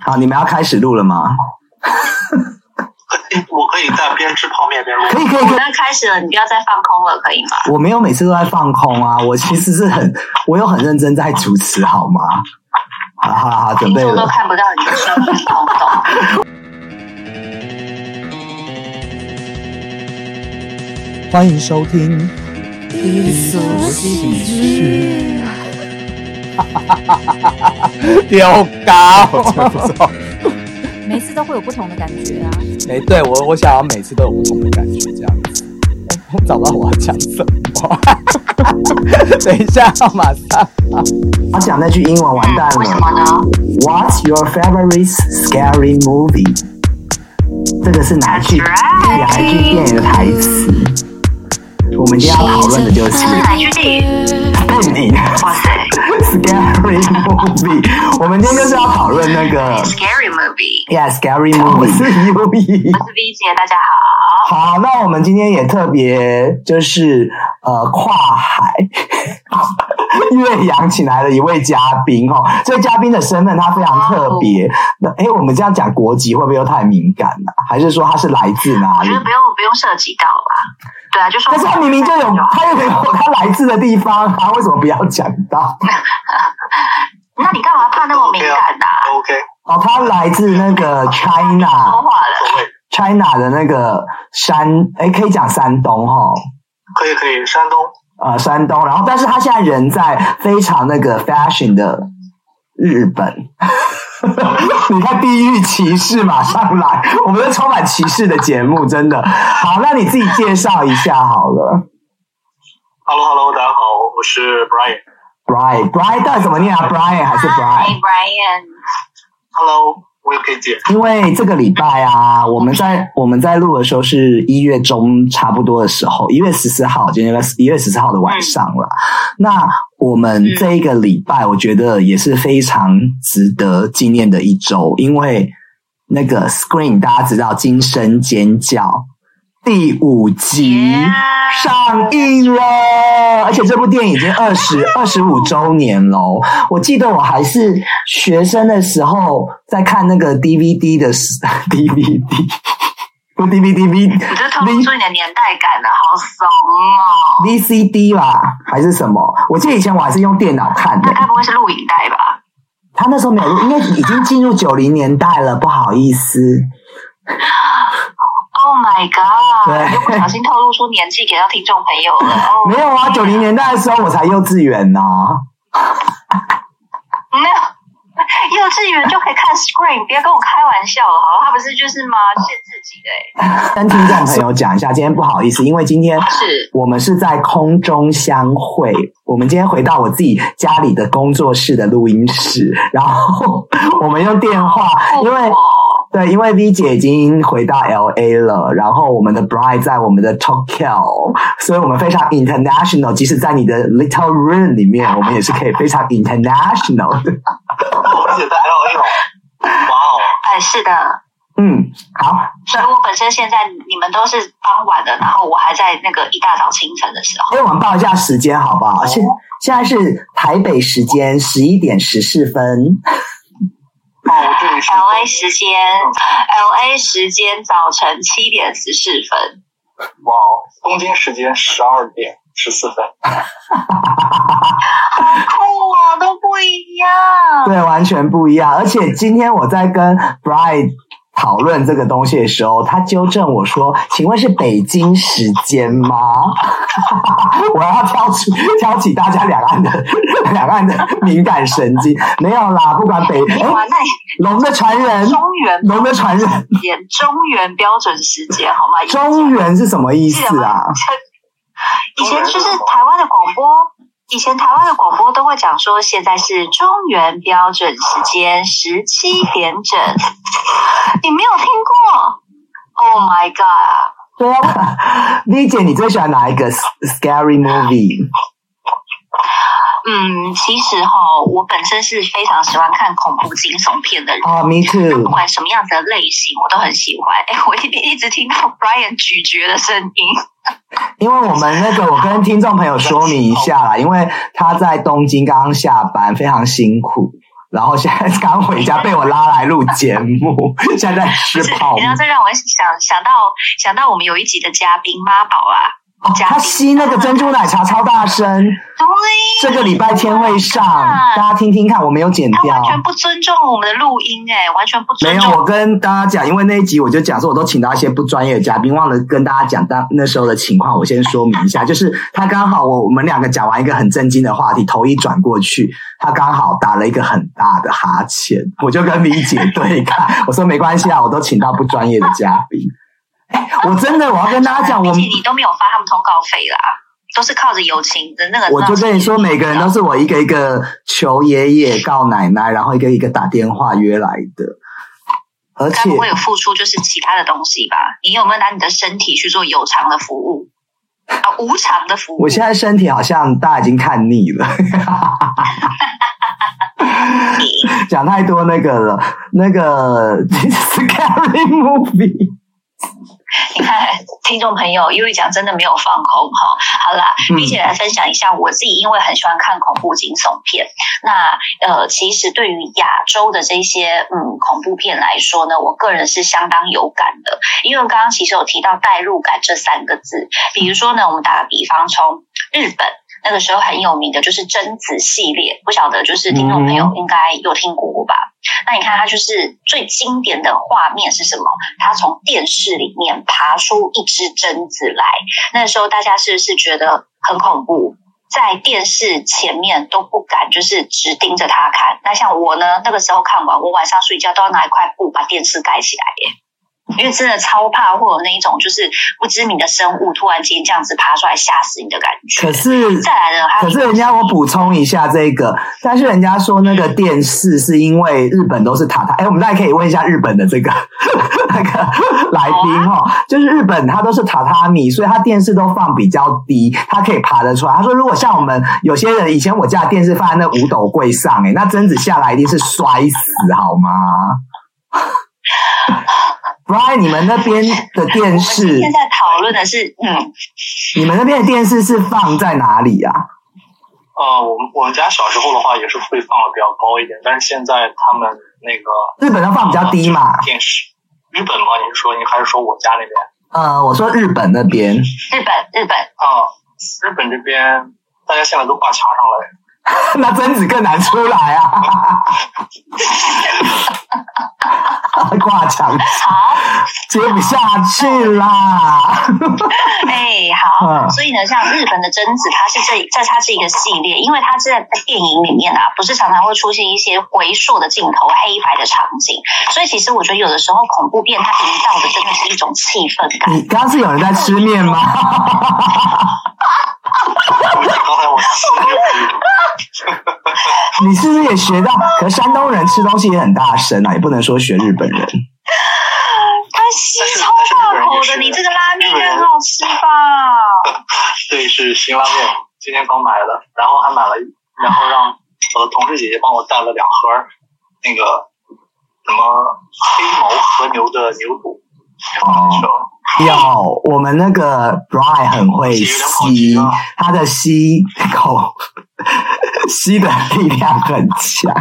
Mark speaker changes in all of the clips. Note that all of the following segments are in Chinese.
Speaker 1: 好，你们要开始录了吗？
Speaker 2: 我可以在边吃泡面边录。
Speaker 1: 可以，可以，可
Speaker 3: 那开始了，你不要再放空了，可以吗？
Speaker 1: 以。我没有每次都在放空啊，我其实是很，我有很认真在主持，好吗？好好好，准
Speaker 3: 听
Speaker 1: 备
Speaker 3: 众都
Speaker 1: 了。嗯
Speaker 3: 看不到你的声音，懂不懂？
Speaker 4: 欢迎收听
Speaker 5: 低俗喜剧，
Speaker 4: 丢高。
Speaker 5: 每次都会有不同的感觉啊。
Speaker 4: 没哎对我，我想要每次都有不同的感觉，这样子。 我我找到我要讲什么。 等一下，马上。
Speaker 1: 他讲那句英文完蛋
Speaker 3: 为什么
Speaker 1: 了。
Speaker 3: 呢？
Speaker 1: What's your favorite scary movie？这个是哪一句
Speaker 3: That's right
Speaker 1: 哪一句电影的台词？我们今天要讨论的就是
Speaker 3: 这是哪句电影？
Speaker 1: 电影
Speaker 3: 哇塞
Speaker 1: 嗯 scary movie。我们今天就是要讨论那个
Speaker 3: ，Scary Movie。
Speaker 1: yeah scary movie。我是 U E
Speaker 3: 我是 V 姐，大家好。
Speaker 1: 好，那我们今天也特别就是呃跨海 岳阳请来了一位嘉宾哦，这位嘉宾的身份他非常特
Speaker 3: 哦
Speaker 1: 别。那哎，我们这样讲国籍会不会又太敏感了、还是说他是来自哪
Speaker 3: 我
Speaker 1: 里
Speaker 3: 觉？得不用不用涉及到吧。对啊，就说
Speaker 1: 但是他明明就有，他又有他来自的地方啊，为什么不要讲到？
Speaker 3: 那你干嘛怕那么敏感呐、
Speaker 2: OK，
Speaker 1: 哦，他来自那个 China
Speaker 3: 说话了，
Speaker 2: 所谓
Speaker 1: China 的那个山，哎，可以讲山东哈、哦。
Speaker 2: 可以可以，山东
Speaker 1: 呃山东，然后但是他现在人在非常那个 fashion 的日本。 你看地域歧视马上来，我们是充满歧视的节目，真的。好，那你自己介绍一下好了
Speaker 2: Hello Hello，大家好，我是 Brian。
Speaker 1: ，Brian，Brian 到底怎么念啊？Brian 还是 Brian？
Speaker 3: Brian，
Speaker 2: Hello，我也可以姐。
Speaker 1: 因为这个礼拜啊，我们在我们在录的时候是一月中差不多的时候，一月十四号，今天一月十四号的晚上了。那我们这一个礼拜，我觉得也是非常值得纪念的一周，因为那个 Screen 大家知道《惊声尖叫》第五集
Speaker 3: Yeah
Speaker 1: 上映了，而且这部电影已经二 十二十五周年了。我记得我还是学生的时候，在看那个 DVD 的时 DVD，不 DVD V
Speaker 3: 你就透露出你的年代感了，好怂哦！
Speaker 1: VCD 吧，还是什么？我记得以前我还是用电脑看的
Speaker 3: 那。该不会是录影带吧？
Speaker 1: 他那时候没有，因为已经进入九零年代了，不好意思。
Speaker 3: Oh my god！
Speaker 1: 对
Speaker 3: 又不小心透露出年纪给到听众朋友了。 哦
Speaker 1: 没有啊，九零年代的时候我才幼稚园啊呐、
Speaker 3: 没有， 幼稚园就可以看 Screen，别跟我开玩笑了，好了，他不是就是吗？限制级的、欸，
Speaker 1: 跟听众朋友讲一下，今天不好意思，因为今天
Speaker 3: 是
Speaker 1: 我们是在空中相会。我们今天回到我自己家里的工作室的录音室，然后我们用电话，因为
Speaker 3: 哦
Speaker 1: 对，因为 V 姐已经回到 L A 了，然后我们的 Brian 在我们的 Tokyo，所以我们非常 international。即使在你的 Little Room 里面，我们也是可以非常 international 的。
Speaker 2: 哦，而且在 LA 哦，哇哦，
Speaker 3: 哎，是的，
Speaker 1: 嗯，好，
Speaker 3: 所以我本身现在你们都是傍晚的，然后我还在那个一大早清晨的时候，
Speaker 1: 哎，我们报一下时间好不好？现现在是台北时间十一点十四分，
Speaker 2: 哦，我这里是
Speaker 3: L A 时间，L A 时间早晨七点十四分，
Speaker 2: 哇哦，东京时间十二点十四分。
Speaker 3: 好酷哦，都不一样。
Speaker 1: 对，完全不一样。而且今天我在跟 Brian 讨论这个东西的时候，他纠正我说：“请问是北京时间吗？” 我要挑起挑起大家两岸的 两岸的敏感神经。没有啦，不管北哎，
Speaker 3: 哇，那
Speaker 1: 龙的传人，
Speaker 3: 中原
Speaker 1: 龙的传人，
Speaker 3: 点中原标准时间好吗？
Speaker 1: 中原是什么意
Speaker 3: 记得
Speaker 1: 思啊
Speaker 3: 吗？？以前就是台湾的广播，以前台湾的广播都会讲说，现在是中原标准时间十七点整，你没有听过？Oh my god！
Speaker 1: 对啊 ，V 姐，你最喜欢哪一个 scary movie？
Speaker 3: 嗯，其实哈，我本身是非常喜欢看恐怖惊悚片的人。
Speaker 1: 哦、m e
Speaker 3: 不
Speaker 1: too。
Speaker 3: 管什么样子的类型，我都很喜欢。 哎，我一一直听到 Brian 咀嚼的声音。
Speaker 1: 因为我们那个，我跟 听众朋友说明一下啦，因为他在东京刚刚下班，非常辛苦，然后现在刚回家被我拉来录节目， 现在吃
Speaker 3: 是，
Speaker 1: 泡
Speaker 3: 你知
Speaker 1: 面
Speaker 3: 道。这让我想想到想到我们有一集的嘉宾妈宝啊，
Speaker 1: 哦
Speaker 3: 嘉
Speaker 1: 他
Speaker 3: 宾
Speaker 1: 吸那个珍珠奶茶超大声，
Speaker 3: 对，
Speaker 1: 这个礼拜天会 上，大家听听看，我没有剪
Speaker 3: 他
Speaker 1: 掉
Speaker 3: 完。全不尊重我们的录音哎、完全不
Speaker 1: 没
Speaker 3: 尊
Speaker 1: 有，我
Speaker 3: 重。
Speaker 1: 跟大家讲，因为那一集我就讲说，我都请到一些不专业的嘉宾，忘了跟大家讲当那时候的情况。我先说明一下，就是他刚好我我们两个讲完一个很震惊的话题，头一转过去，他刚好打了一个很大的哈欠，我就跟米姐对看，我说没关系啊，我都请到不专业的嘉 宾。哎，我真的我要跟大家讲，我
Speaker 3: 毕
Speaker 1: 们
Speaker 3: 竟你都没有发他们通告费啦，都是靠着友情的那个。
Speaker 1: 我就跟你说，每个人都是我一个一个求爷爷告奶奶，然后一个一个打电话约来的，而
Speaker 3: 该
Speaker 1: 且
Speaker 3: 不会有付出就是其他的东西吧？你有没有拿你的身体去做有偿的服务啊？无偿的服务？
Speaker 1: 我现在身体好像大家已经看腻了， 讲太多那个了，那个 scary movie。
Speaker 3: 你看，听众朋友，因为讲真的没有放空哈。好啦，
Speaker 1: 嗯
Speaker 3: 并且来分享一下我自己，因为很喜欢看恐怖惊悚片。那呃，其实对于亚洲的这些嗯恐怖片来说呢，我个人是相当有感的，因为刚刚其实有提到代入感这三个字。比如说呢，我们打个比方，从日本。那个时候很有名的就是贞子系列，不晓得就是听众朋友
Speaker 1: 嗯
Speaker 3: 应该有听过吧？那你看，它就是最经典的画面是什么？他从电视里面爬出一只贞子来。那时候大家是不是觉得很恐怖？在电视前面都不敢，就是只盯着他看。那像我呢，那个时候看完，我晚上睡觉都要拿一块布把电视盖起来耶，因为真的超怕会有那一种就是不知名的生物突然间这样子爬出来吓死你的感觉
Speaker 1: 可。是
Speaker 3: 再来呢，还有
Speaker 1: 可是人家我补充一下这个，但是人家说那个电视是因为日本都是榻榻，哎，我们大家可以问一下日本的这个 那个来宾哦，
Speaker 3: 啊
Speaker 1: 就是日本它都是榻榻米，所以它电视都放比较低，它可以爬得出来。他说如果像我们有些人以前我家的电视放在那五斗柜上、哎，那贞子下来一定是摔死好吗 ？Brian，你们那边的
Speaker 3: 我
Speaker 1: 电
Speaker 3: 们今
Speaker 1: 视，
Speaker 3: 天在讨论的是，嗯，
Speaker 1: 你们那边的电视是放在哪里啊？
Speaker 2: 呃，我们我们家小时候的话也是会放的比较高一点，但是现在他们那个
Speaker 1: 日本的放比较低嘛，
Speaker 2: 电视，日本吗？你是说你还是说我家那边
Speaker 1: 呃，我说日本那边，
Speaker 3: 日本，日本，
Speaker 2: 啊？日本这边大家现在都挂墙上了，
Speaker 1: 那贞子更难出来啊！ 挂墙
Speaker 3: 好。
Speaker 1: 接不下去啦。
Speaker 3: 哎，好，
Speaker 1: 嗯
Speaker 3: 所以呢，像日本的贞子，它是这这它是一个系列，因为它在电影里面啊，不是常常会出现一些回溯的镜头、黑白的场景，所以其实我觉得有的时候恐怖片它营造的真的是一种气氛感。
Speaker 1: 你刚刚是有人在吃面吗？
Speaker 2: 刚才我
Speaker 1: 你是不是也学到？可是山东人吃东西也很大声啊，也不能说学日本人。
Speaker 3: 它吸超大 口的，你这个拉面也很好吃吧？
Speaker 2: 对是辛拉面，今天刚买的，然后还买了，然后让我的同事姐姐帮我带了两盒儿那个什么黑毛和牛的牛肚，是吧
Speaker 1: 有，我们那个 Brian 很会吸，他的吸口 吸的力量很强。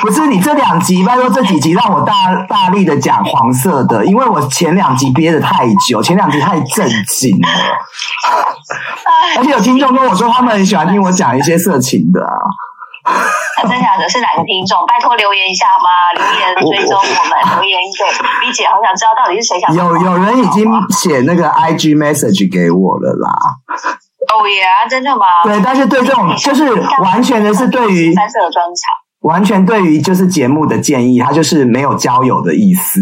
Speaker 1: 不是你这两集，拜托这几集让我大大力的讲黄色的，因为我前两集憋得太久，前两集太正经了，而且有听众跟我说他们很喜欢听我讲一些色情的啊。
Speaker 3: 哎，真假的是哪个听众？拜托留言一下好吗？留言追踪我们，留言给 B 姐，好想知道到底是谁想
Speaker 1: 有有人已经写那个 IG message 给我了啦，
Speaker 3: 哦耶，真的吗？
Speaker 1: 对，但是对这
Speaker 3: 嗯
Speaker 1: 种 就是完全的是对于
Speaker 3: 三色的专场。
Speaker 1: 完全对于就是节目的建议，他就是没有交友的意思。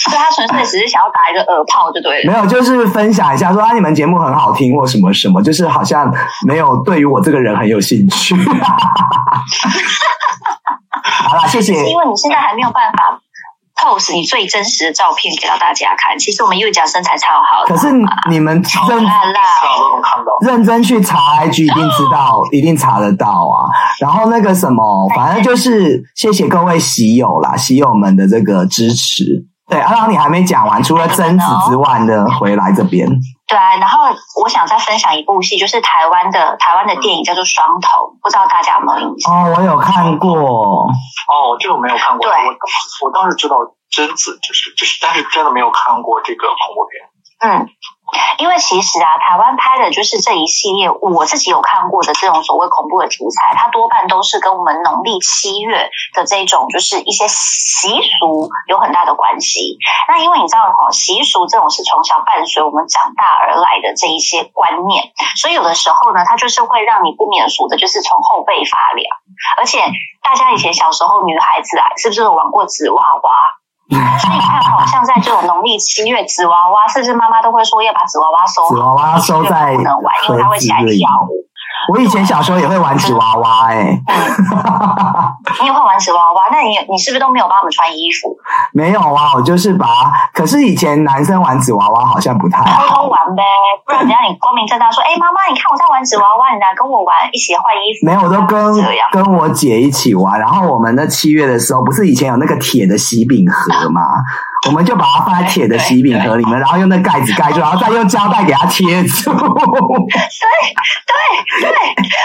Speaker 3: 所以他纯粹只是想要打一个耳炮就对
Speaker 1: 没
Speaker 3: 了。
Speaker 1: 有，就是分享一下说啊，你们节目很好听或什么什么，就是好像没有对于我这个人很有兴趣。 好啦，谢谢。
Speaker 3: 是因为你现在还没有办法 pose 你最真实的照片给到大家看。其实我们又讲身材超好的，
Speaker 1: 可是你们认
Speaker 3: 啦
Speaker 2: 我
Speaker 3: 啦，
Speaker 2: 都能看到。
Speaker 1: 认真去查 IG，一定知道，一定查得到啊。然后那个什么，反正就是谢谢各位喜友啦，喜友们的这个支持。对，阿、啊、郎，你还没讲完，除了贞子之外呢，回来这边。
Speaker 3: 对对啊，然后我想再分享一部戏，就是台湾的台湾的电影叫做《双头》，不知道大家有没有印象？
Speaker 1: 哦，我有看过，
Speaker 2: 哦，这个没有看过，
Speaker 3: 对
Speaker 2: 我我当时知道贞子，就是就是，但是真的没有看过这个恐怖片。
Speaker 3: 嗯，因为其实啊，台湾拍的就是这一系列我自己有看过的这种所谓恐怖的题材，它多半都是跟我们农历七月的这种就是一些习俗有很大的关系。那因为你知道哈、哦，习俗这种是从小伴随我们长大而来的这一些观念，所以有的时候呢，它就是会让你不免俗的，就是从后背发凉。而且大家以前小时候女孩子啊，是不是有玩过纸娃娃？
Speaker 1: 嗯
Speaker 3: 所以你看，好像在这种农历七月，纸娃娃是不是妈妈都会说要把纸娃娃收
Speaker 1: 纸
Speaker 3: 好？
Speaker 1: 娃娃收在
Speaker 3: 不能玩，因为它
Speaker 1: 盒
Speaker 3: 会
Speaker 1: 子
Speaker 3: 起来
Speaker 1: 里。
Speaker 3: 跳舞。
Speaker 1: 我以前小时候也会玩纸娃娃、哎，
Speaker 3: 你也会玩纸娃娃，那你你是不是都没有帮我们穿衣服，
Speaker 1: 没有啊，我就是把它。可是以前男生玩纸娃娃好像不太
Speaker 3: 偷
Speaker 1: 好，
Speaker 3: 偷玩呗？不然等一下你光明正大说，哎、妈妈，你看我在玩纸娃娃，你来跟我玩，一起换衣服。
Speaker 1: 没有，我都跟
Speaker 3: 这样。
Speaker 1: 跟我姐一起玩。然后我们那七月的时候，不是以前有那个铁的喜饼盒吗？我们就把它放在铁的喜饼盒里面，然后用那盖子盖住，然后再用胶带给它贴住。
Speaker 3: 对对，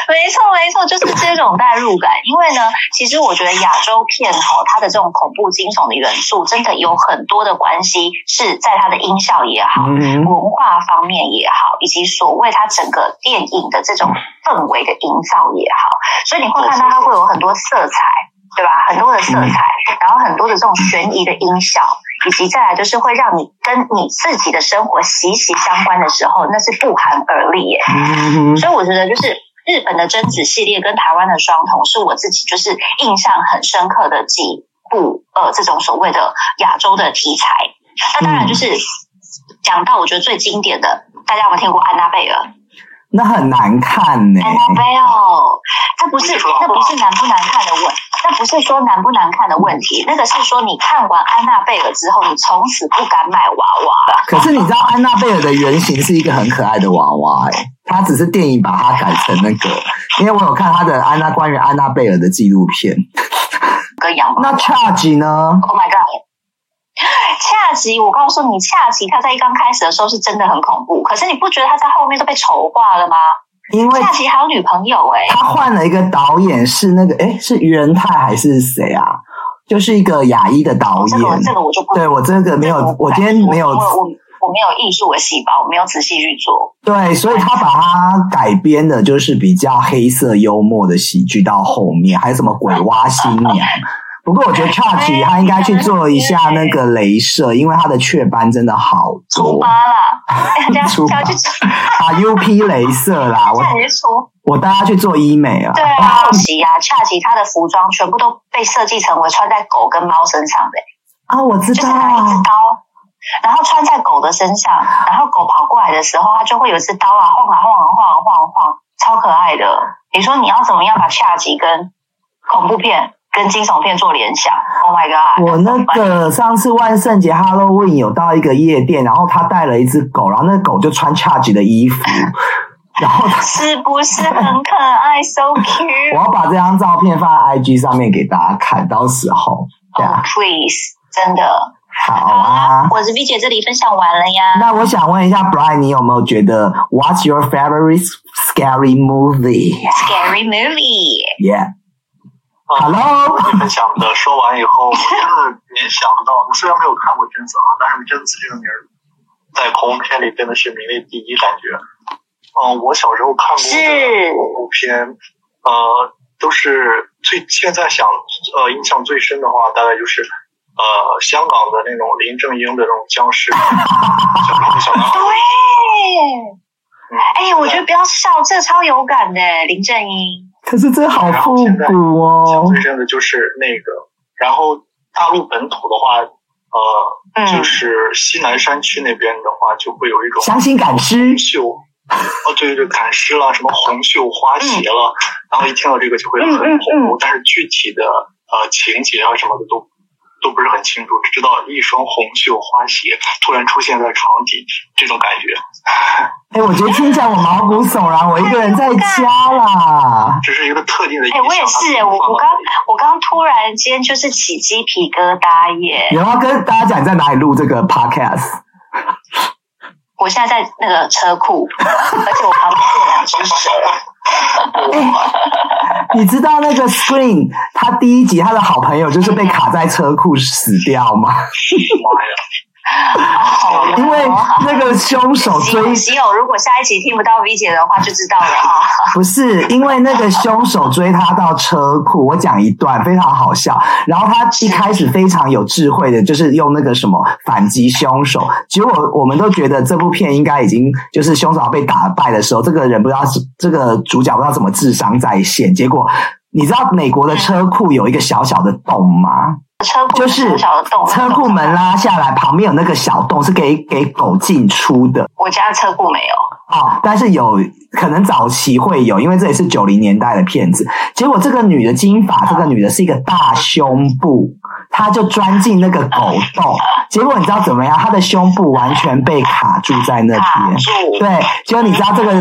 Speaker 3: 没错没错，就是这种代入感。因为呢，其实我觉得亚洲片哦，它的这种恐怖惊悚的元素，真的有很多的关系是在它的音效也好，
Speaker 1: 嗯，
Speaker 3: 文化方面也好，以及所谓它整个电影的这种氛围的营造也好，所以你会看到它会有很多色彩，对吧？很多的色彩，然后很多的这种悬疑的音效，以及再来就是会让你跟你自己的生活息息相关的时候，那是不寒而栗耶。
Speaker 1: 嗯
Speaker 3: 所以我觉得就是日本的贞子系列跟台湾的双瞳是我自己就是印象很深刻的几部呃这种所谓的亚洲的题材。那当然就是讲到我觉得最经典的，大家有没有听过安娜贝尔？
Speaker 1: 那很难看呢、
Speaker 3: 安娜贝尔，这不是那不是难不难看的问，那不是说难不难看的问题，那个是说你看完安娜贝尔之后，你从此不敢买娃娃了。
Speaker 1: 可是你知道安娜贝尔的原型是一个很可爱的娃娃、欸，它只是电影把它改成那个，因为我有看他的安娜关于安娜贝尔的纪录片。
Speaker 3: 跟洋娃娃
Speaker 1: 那 Charge 呢？
Speaker 3: Oh my god！恰吉，我告诉你，恰吉他在一刚开始的时候是真的很恐怖，可是你不觉得他在后面都被丑化了吗？
Speaker 1: 因为
Speaker 3: 恰吉还有女朋友哎、
Speaker 1: 他换了一个导演，是那个诶，是于仁泰还是谁啊？就是一个亚裔的导
Speaker 3: 这个
Speaker 1: 演。
Speaker 3: 这个我就不
Speaker 1: 对我这个没
Speaker 3: 这
Speaker 1: 有，
Speaker 3: 不
Speaker 1: 我
Speaker 3: 敢
Speaker 1: 今天没有
Speaker 3: 我我我没有艺术的细胞，我没有仔细去做。
Speaker 1: 对，所以他把它改编的就是比较黑色幽默的喜剧，到后面还有什么鬼蛙新娘。 不过我觉得 Charge 他应该去做一下那个镭射，因为他的雀斑真的好
Speaker 3: 除
Speaker 1: 多
Speaker 3: 疤 啦，大家
Speaker 1: 除疤
Speaker 3: 要去除，
Speaker 1: 啊，UP 镭射啦，我
Speaker 3: 叫你去除。
Speaker 1: 我带他去做医美啊
Speaker 3: 对。啊，吉啊，恰吉他的服装全部都被设计成为穿在狗跟猫身上的、
Speaker 1: 啊，我知
Speaker 3: 就是
Speaker 1: 道，
Speaker 3: 拿一只刀，然后穿在狗的身上，然后狗跑过来的时候，它就会有一只刀啊晃啊晃啊晃啊晃啊晃，超可爱的。你说你要怎么样把恰吉跟恐怖片跟惊悚片做联想？Oh my god！
Speaker 1: 我那个上次万圣节 Halloween 有到一个夜店，然后他带了一只狗，然后那狗就穿 Charge 的衣服，然后 他
Speaker 3: 是不是很可 爱？So
Speaker 1: 我
Speaker 3: cute！
Speaker 1: 要把这张照片放在 IG 上面给大家看，到时候对
Speaker 3: 哦
Speaker 1: 啊，
Speaker 3: ，please，真的
Speaker 1: 好啊。
Speaker 3: 我是 V 姐，这里分享完了呀。
Speaker 1: 那我想问一下 Brian，你有没有觉得 What's your favorite scary movie？Yeah，Hello，
Speaker 3: Scary movie。
Speaker 2: 嗯你分享的说完以后，我真的联想到，虽然没有看过贞子啊，但是贞子这个名儿在恐怖片里真的是名列第一，感觉。嗯，我小时候看过
Speaker 3: 是
Speaker 2: 的恐怖片，呃，都是最现在想呃印象最深的话，大概就是呃香港的那种林正英的那种僵尸，小时候的小男孩
Speaker 3: 对。，
Speaker 2: 嗯
Speaker 3: 哎，我觉得不要笑，这超有感的，林正英。
Speaker 1: 可是这好复古
Speaker 2: 印象
Speaker 1: 哦
Speaker 2: 最。深的就是那个。然后大陆本土的话，呃，就
Speaker 3: 嗯，
Speaker 2: 是西南山区那边的话，就会有一种
Speaker 1: 相信赶尸
Speaker 2: 红袖，哦，对对对，赶尸了，什么红袖花鞋了，然后一听到这个就会很
Speaker 3: 嗯嗯
Speaker 2: 恐怖，但是具体的呃情节啊什么的都都不是很清楚，只知道一双红袖花鞋突然出现在床底，这种感觉，
Speaker 1: 哎，我觉得听起来我毛骨悚然，我一个人在家啦。
Speaker 2: 只是一个特定的意象。
Speaker 3: 哎我也是哎
Speaker 2: 它不
Speaker 3: 我
Speaker 2: 放到
Speaker 3: 我刚
Speaker 2: 那里
Speaker 3: 我刚突然间就是起鸡皮疙瘩耶。
Speaker 1: 有要跟大家讲你在哪里录这个 podcast？
Speaker 3: 我现在在那个车库，而且我旁边是有 两只蛇。
Speaker 1: 你知道那个 Spring 他第一集他的好朋友就是被卡在车库死掉吗？
Speaker 2: 妈呀！
Speaker 3: 哦
Speaker 1: 因为那个凶手
Speaker 3: 喜友
Speaker 1: 追
Speaker 3: 喜友，如果下一集听不到 V 姐的话，就知道了啊。
Speaker 1: 不是因为那个凶手追他到车库，我讲一段非常好笑。然后他一开始非常有智慧的，就是用那个什么反击凶手。结果我们都觉得这部片应该已经就是凶手要被打败的时候，这个人不知道是这个主角不知道怎么智商在线。结果你知道美国的车库有一个小小的洞吗？
Speaker 3: 车库
Speaker 1: 就是
Speaker 3: 小小的洞，
Speaker 1: 车库门。拉下来，旁边有那个小洞是给给狗进出的
Speaker 3: 我家车库没有，
Speaker 1: 哦，但是有可能早期会有，因为这也是九零年代的片子。结果这个女的金发，
Speaker 3: 嗯
Speaker 1: 这个女的是一个大胸部，她就钻进那个狗洞，结果你知道怎么样？她的胸部完全被卡住在那
Speaker 3: 卡
Speaker 1: 边。
Speaker 3: 住。
Speaker 1: 对，结果你知道这 个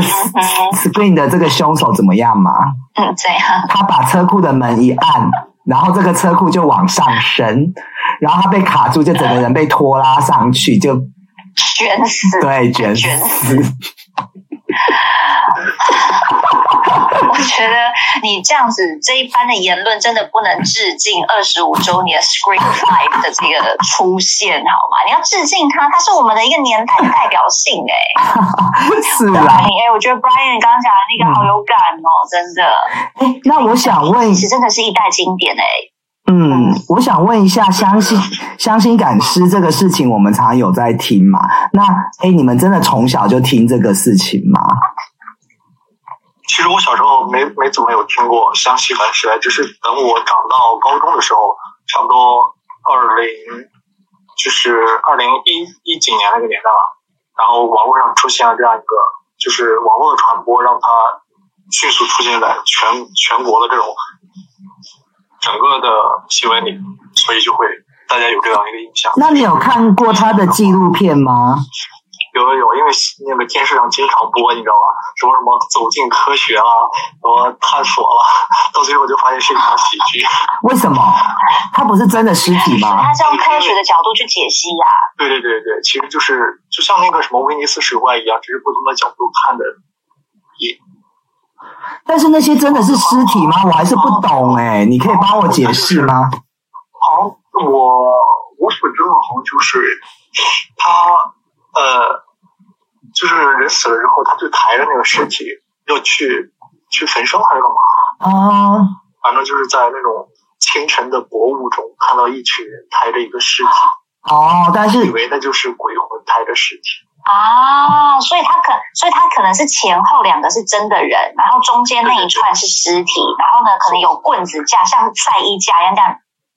Speaker 1: screen 的这个凶手怎么样吗？
Speaker 3: 嗯，这样。
Speaker 1: 他把车库的门一按，然后这个车库就往上升，然后他被卡住，就整个人被拖拉上去，就
Speaker 3: 卷死。
Speaker 1: 对卷死。
Speaker 3: 卷死。 我觉得你这样子这一番的言论，真的不能致敬二十五周年 Screen Five 的这个出现，好吗？你要致敬他，他是我们的一个年代的代表性、哎，
Speaker 1: 是
Speaker 3: 对
Speaker 1: 啦，
Speaker 3: 哎，我觉得 Brian 刚刚讲的那个好有感哦，真的，
Speaker 1: 嗯哎，那我想问，
Speaker 3: 其实真的是一代经典哎、
Speaker 1: 嗯，我想问一下，相信相信感师这个事情，我们常常有在听嘛？那哎，你们真的从小就听这个事情吗？
Speaker 2: 其实我小时候没没怎么有听过湘西文学，只是等我长到高中的时候，差不多二零，就是二零一一几年那个年代吧。然后网络上出现了这样一个，就是网络的传播，让它迅速出现在全全国的这种整个的新闻里，所以就会大家有这样一个印象。
Speaker 1: 那你有看过他的纪录片吗？
Speaker 2: 有有有，因为那个电视上经常播，你知道吧？什么什么走进科学啦，什么探索啦， 到最后就发现是一场喜剧。
Speaker 1: 为什么？他不是真的尸体
Speaker 3: 所以
Speaker 1: 吗
Speaker 3: 他？是用科学的角度去解析啊呀、
Speaker 1: 嗯
Speaker 2: 对对对对，其实就是就像那个什么威尼斯水怪一样，只是不同的角度看的。也
Speaker 1: 但是那些真的是尸体吗？我还是不懂哎、你可以帮我解释吗？
Speaker 2: 好像我我所知道好像就是他呃，就是人死了之后，他就抬着那个尸体要去去焚烧还是干嘛？
Speaker 1: 啊、
Speaker 2: 反正就是在那种清晨的薄雾中看到一群人抬着一个尸体。
Speaker 1: 哦，但
Speaker 2: 以
Speaker 1: 是
Speaker 2: 为那就是鬼魂抬着尸体。
Speaker 3: 啊，所以他可，所以他可能是前后两个是真的人，然后中间那一串是尸体，然后呢，可能有棍子架，像晒衣架一样这样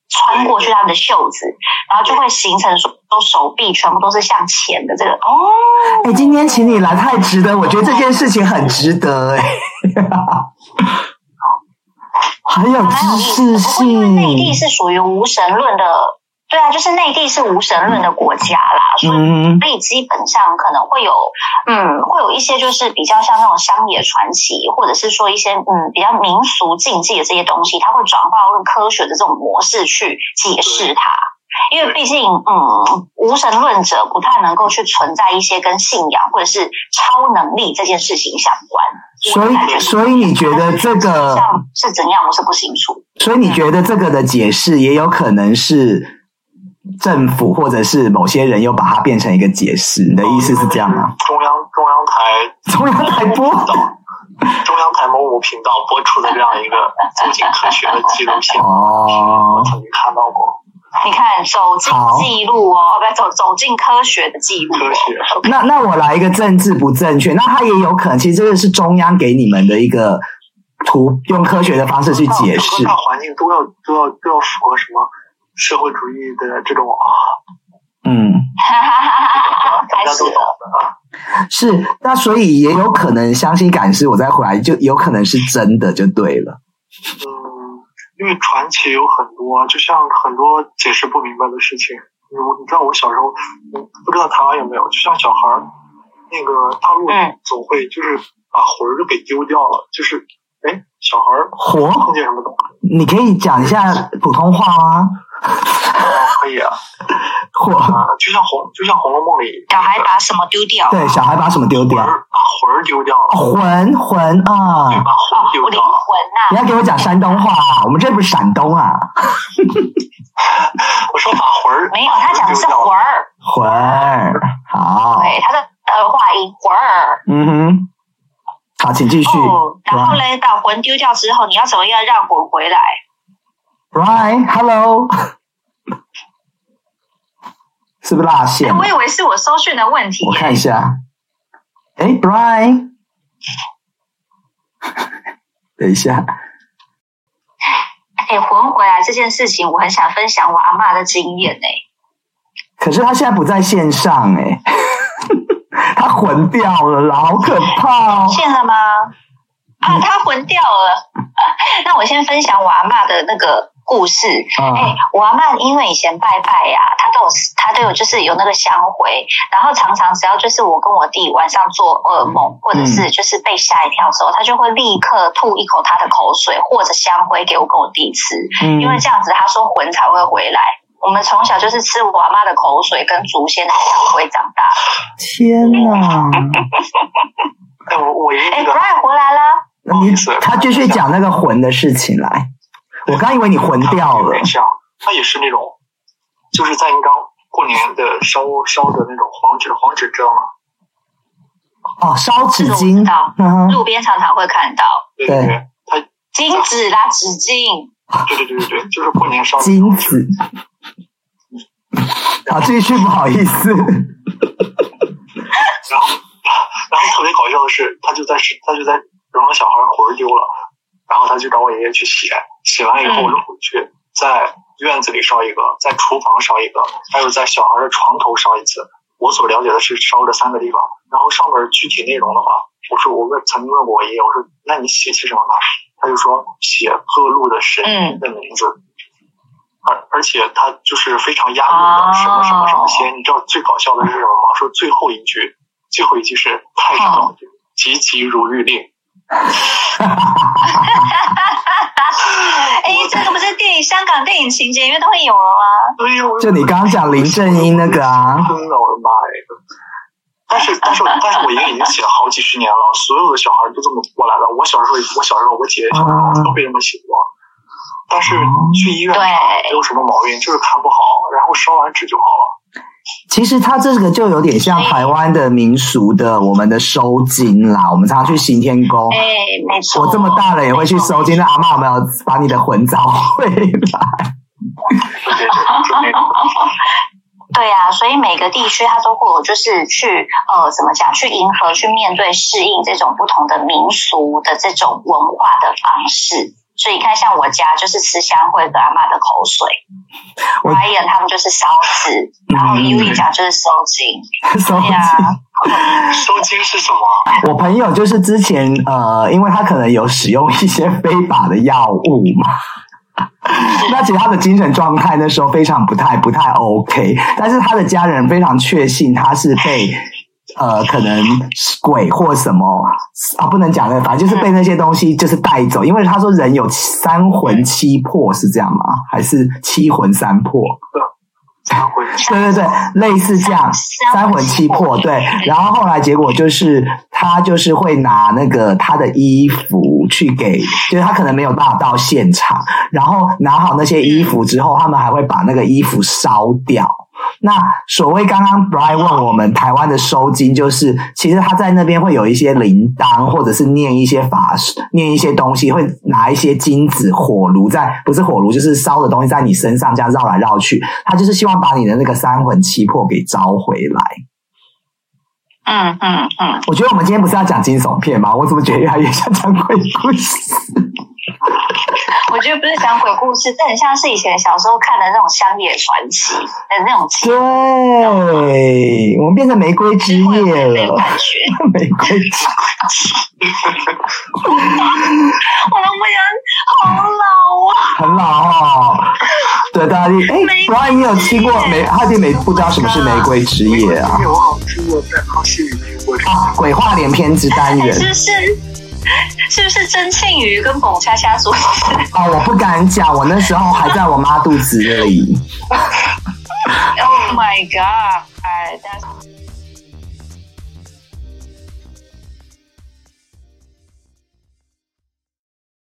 Speaker 3: 穿过去他们的袖子，然后就会形成说手臂全部都是向前的这个哦，
Speaker 1: 哎，今天请你来太值得，我觉得这件事情很值得哎、很有
Speaker 3: 蛮有
Speaker 1: 知
Speaker 3: 意
Speaker 1: 识
Speaker 3: 思的。不过因为内地
Speaker 1: 性，
Speaker 3: 是属于无神论的，对啊，就是内地是无神论的国家啦，所以
Speaker 1: 嗯，
Speaker 3: 所以基本上可能会有，嗯，会有一些就是比较像那种乡野传奇，或者是说一些嗯比较民俗禁忌的这些东西，它会转化用科学的这种模式去解释它。因为毕竟，嗯，无神论者不太能够去存在一些跟信仰或者是超能力这件事情相关。
Speaker 1: 所以所以你觉得这个，
Speaker 3: 像是怎样，我是不清楚。
Speaker 1: 所以你觉得这个的解释也有可能是政府或者是某些人又把它变成一个解释，你的意思是这样 吗？？
Speaker 2: 中央中央台
Speaker 1: 中央台播
Speaker 2: 频道， 中央台某某频道播出的这样一个走进科学的纪录片，
Speaker 1: 哦
Speaker 2: 我，曾经看到过
Speaker 3: 你看，走进
Speaker 1: 好
Speaker 3: 记录哦，不走走进科学的记录、哦，
Speaker 2: 科学。
Speaker 1: 那那我来一个政治不正确，那它也有可能，其实这个是中央给你们的一个图，用科学的方式去解
Speaker 2: 整个
Speaker 1: 释。
Speaker 2: 大环境都要都要都要符合什么社会主义的这种啊，
Speaker 1: 嗯，
Speaker 2: 大
Speaker 3: 开
Speaker 2: 家
Speaker 3: 始
Speaker 2: 都懂
Speaker 3: 了。
Speaker 2: 的。
Speaker 1: 是，那所以也有可能相信感是我再回来就有可能是真的，就对了。
Speaker 2: 嗯，因为传奇有很多，就像很多解释不明白的事情。你我你知道我小时候，嗯不知道台湾有没有，就像小孩儿，那个大陆
Speaker 3: 嗯
Speaker 2: 总会就是把魂儿都给丢掉了，就是哎，小孩儿
Speaker 1: 活，
Speaker 2: 听见什么东西？
Speaker 1: 你可以讲一下普通话吗？
Speaker 2: 哦，可以啊，
Speaker 1: 或
Speaker 2: 啊，就像红，就像《红楼梦》里
Speaker 3: 小孩把什么丢掉？
Speaker 1: 对小孩把什么丢
Speaker 2: 魂
Speaker 1: 掉？哦
Speaker 2: 儿把魂儿丢掉了，
Speaker 1: 魂魂啊！
Speaker 2: 把魂
Speaker 3: 哦
Speaker 2: 儿，丢
Speaker 3: 我灵
Speaker 2: 掉了。
Speaker 1: 你
Speaker 3: 魂呐、
Speaker 1: 要给我讲山东话啊！我们这不是山东啊，
Speaker 3: 哦
Speaker 2: 我说把魂儿
Speaker 3: 没有，他讲的是
Speaker 2: 把
Speaker 3: 魂
Speaker 2: 儿
Speaker 3: 儿，
Speaker 1: 魂儿好，
Speaker 3: 对，他的儿化音魂儿。
Speaker 1: 嗯哼，好，请继续。
Speaker 3: 哦，然后嘞，把魂丢掉之后，你要怎么样让魂回来？
Speaker 1: ，Right，Hello，是不是落
Speaker 3: 哎
Speaker 1: 线了
Speaker 3: 我？以为是我搜讯的问题
Speaker 1: 嗯我
Speaker 3: 耶。
Speaker 1: 看一下，哎，Brian，等一下，
Speaker 3: 哎，魂回来这件事情，我很想分享我阿嬷的经验哎。
Speaker 1: 可是他现在不在线上哎、 他混掉了啦，好可怕哦！嗯
Speaker 3: 信了吗？啊，他魂掉了。 那我先分享我阿嬷的那个故事。
Speaker 1: 啊
Speaker 3: 哎、我阿嬷因为以前拜拜呀、她都有她都有就是有那个香灰，然后常常只要就是我跟我弟晚上做噩
Speaker 1: 嗯
Speaker 3: 梦，或者是就是被吓一跳的时候，她就会立刻吐一口她的口水或者香灰给我跟我弟吃，
Speaker 1: 嗯
Speaker 3: 因为这样子她说魂才会回来。我们从小就是吃我阿嬷的口水跟祖先的香灰长大。
Speaker 1: 天 哪！
Speaker 2: 哎，我我爷爷
Speaker 3: 哎、
Speaker 2: 那
Speaker 3: b
Speaker 2: 个
Speaker 3: r i a n 回来了。
Speaker 1: 那
Speaker 2: 不好
Speaker 1: 你
Speaker 2: 意思
Speaker 1: 他继续讲那个魂的事情来，我刚以为你魂掉
Speaker 2: 有
Speaker 1: 了
Speaker 2: 点像，它也是那种，就是在你刚过年的烧烧的那种黄纸，黄纸知啊道吗？
Speaker 1: 哦，烧纸
Speaker 3: 这个我
Speaker 1: 巾
Speaker 3: 知道，
Speaker 1: 嗯哼，
Speaker 3: 路边常常会看到
Speaker 2: 对
Speaker 1: 对
Speaker 2: 对，它
Speaker 3: 金纸啦、纸巾。
Speaker 2: 对对对对对，就是过年烧的
Speaker 1: 金子。好，继续，不好意思，
Speaker 2: 然后，然后特别搞笑的是，他就在他就在荣荣小孩魂儿丢了，然后他去找我爷爷去洗，洗完以后
Speaker 3: 嗯
Speaker 2: 我就回去在院子里烧一个，在厨房烧一个，还有在小孩的床头烧一次。我所了解的是烧这三个地方，然后上面具体内容的话，我说我问曾经问过我爷爷，我说那你写些什么呢？他就说写各路的神
Speaker 3: 嗯
Speaker 2: 的名字。而而且他就是非常押韵的，什么什么
Speaker 1: 哦
Speaker 2: 什么仙，你知道最搞笑的是什么吗？说最后一句，最后一句是太
Speaker 1: 嗯
Speaker 2: 上老君急急如律令，
Speaker 3: 哎，这个不是电影香港电影情节里面都会有啊了吗？
Speaker 2: 哎呦，
Speaker 1: 就你刚刚讲林正英那个啊
Speaker 2: 真的，我的妈呀！但是但是但是我爷爷已经写了好几十年了，所有的小孩都这么过来了。我小时候，我小时候，我姐姐小时
Speaker 1: 哦
Speaker 2: 候都被这么写过。但是去医院
Speaker 3: 对
Speaker 2: 查没有什么毛病，就是看不好，然后烧完纸就好了。
Speaker 1: 其实它这个就有点像台湾的民俗的我们的收金啦，我们常去行天宫。
Speaker 3: 哎，没错。
Speaker 1: 我哦这么大了也会去收金，那阿嬷有没有把你的魂找 回来？
Speaker 2: 对对对，就那种。
Speaker 3: 对啊，所以每个地区它都会有，就是去呃怎么讲，去迎合、去面对、适应这种不同的民俗的这种文化的方式。所以你看，像我家就是吃香灰跟阿妈的口水
Speaker 1: 我
Speaker 3: ，Ryan 他们就是烧纸，然后
Speaker 1: 嗯
Speaker 3: u i 讲就是收金，
Speaker 1: 收
Speaker 3: 对
Speaker 1: 金。
Speaker 3: 啊，
Speaker 2: 收金是什么？
Speaker 1: 我朋友就是之前呃，因为他可能有使用一些非法的药物嘛， 那其实他的精神状态那时候非常不太不太 OK，但是他的家人非常确信他是被。呃，可能鬼或什么啊，不能讲那个，反正就是被那些东西就是带走，因为他说人有三魂七魄是这样吗？还是七魂三魄？
Speaker 2: 三回
Speaker 1: 对对对，类似这样
Speaker 3: 三
Speaker 1: 三魂七魄，对。然后后来结果就是他就是会拿那个他的衣服去给，就是他可能没有办法到现场，然后拿好那些衣服之后，他们还会把那个衣服烧掉。那所谓刚刚 Brian 问我们台湾的收金，就是其实他在那边会有一些铃铛，或者是念一些法术，念一些东西，会拿一些金子火炉在不是火炉就是烧的东西在你身上这样绕来绕去，他就是希望把你的那个三魂七魄给招回来。
Speaker 3: 嗯嗯嗯，
Speaker 1: 我觉得我们今天不是要讲惊悚片吗？我怎么觉得越来越像讲鬼故事？
Speaker 3: 我觉得不是讲鬼故事，这很像是以前小时候看的那种乡野传奇的那种情
Speaker 1: 对，我们变成玫瑰之
Speaker 3: 会
Speaker 1: 夜
Speaker 3: 有那种
Speaker 1: 了，
Speaker 3: 感觉。
Speaker 1: 玫瑰之
Speaker 3: 我们不想好老啊！
Speaker 1: 很老哦。对，大家就哎
Speaker 3: 玫瑰，
Speaker 1: 不然你有吃过玫？他一定没不知道什么是玫瑰之夜啊。
Speaker 2: 我好像听过在康熙里听过这个。
Speaker 1: 啊，鬼话连篇之单
Speaker 3: 你
Speaker 1: 元
Speaker 3: 是不是？是不是曾庆瑜跟彭恰恰所演？
Speaker 1: 哦，我不敢讲，我那时候还在我妈肚子里。
Speaker 3: Oh my god！哎，但是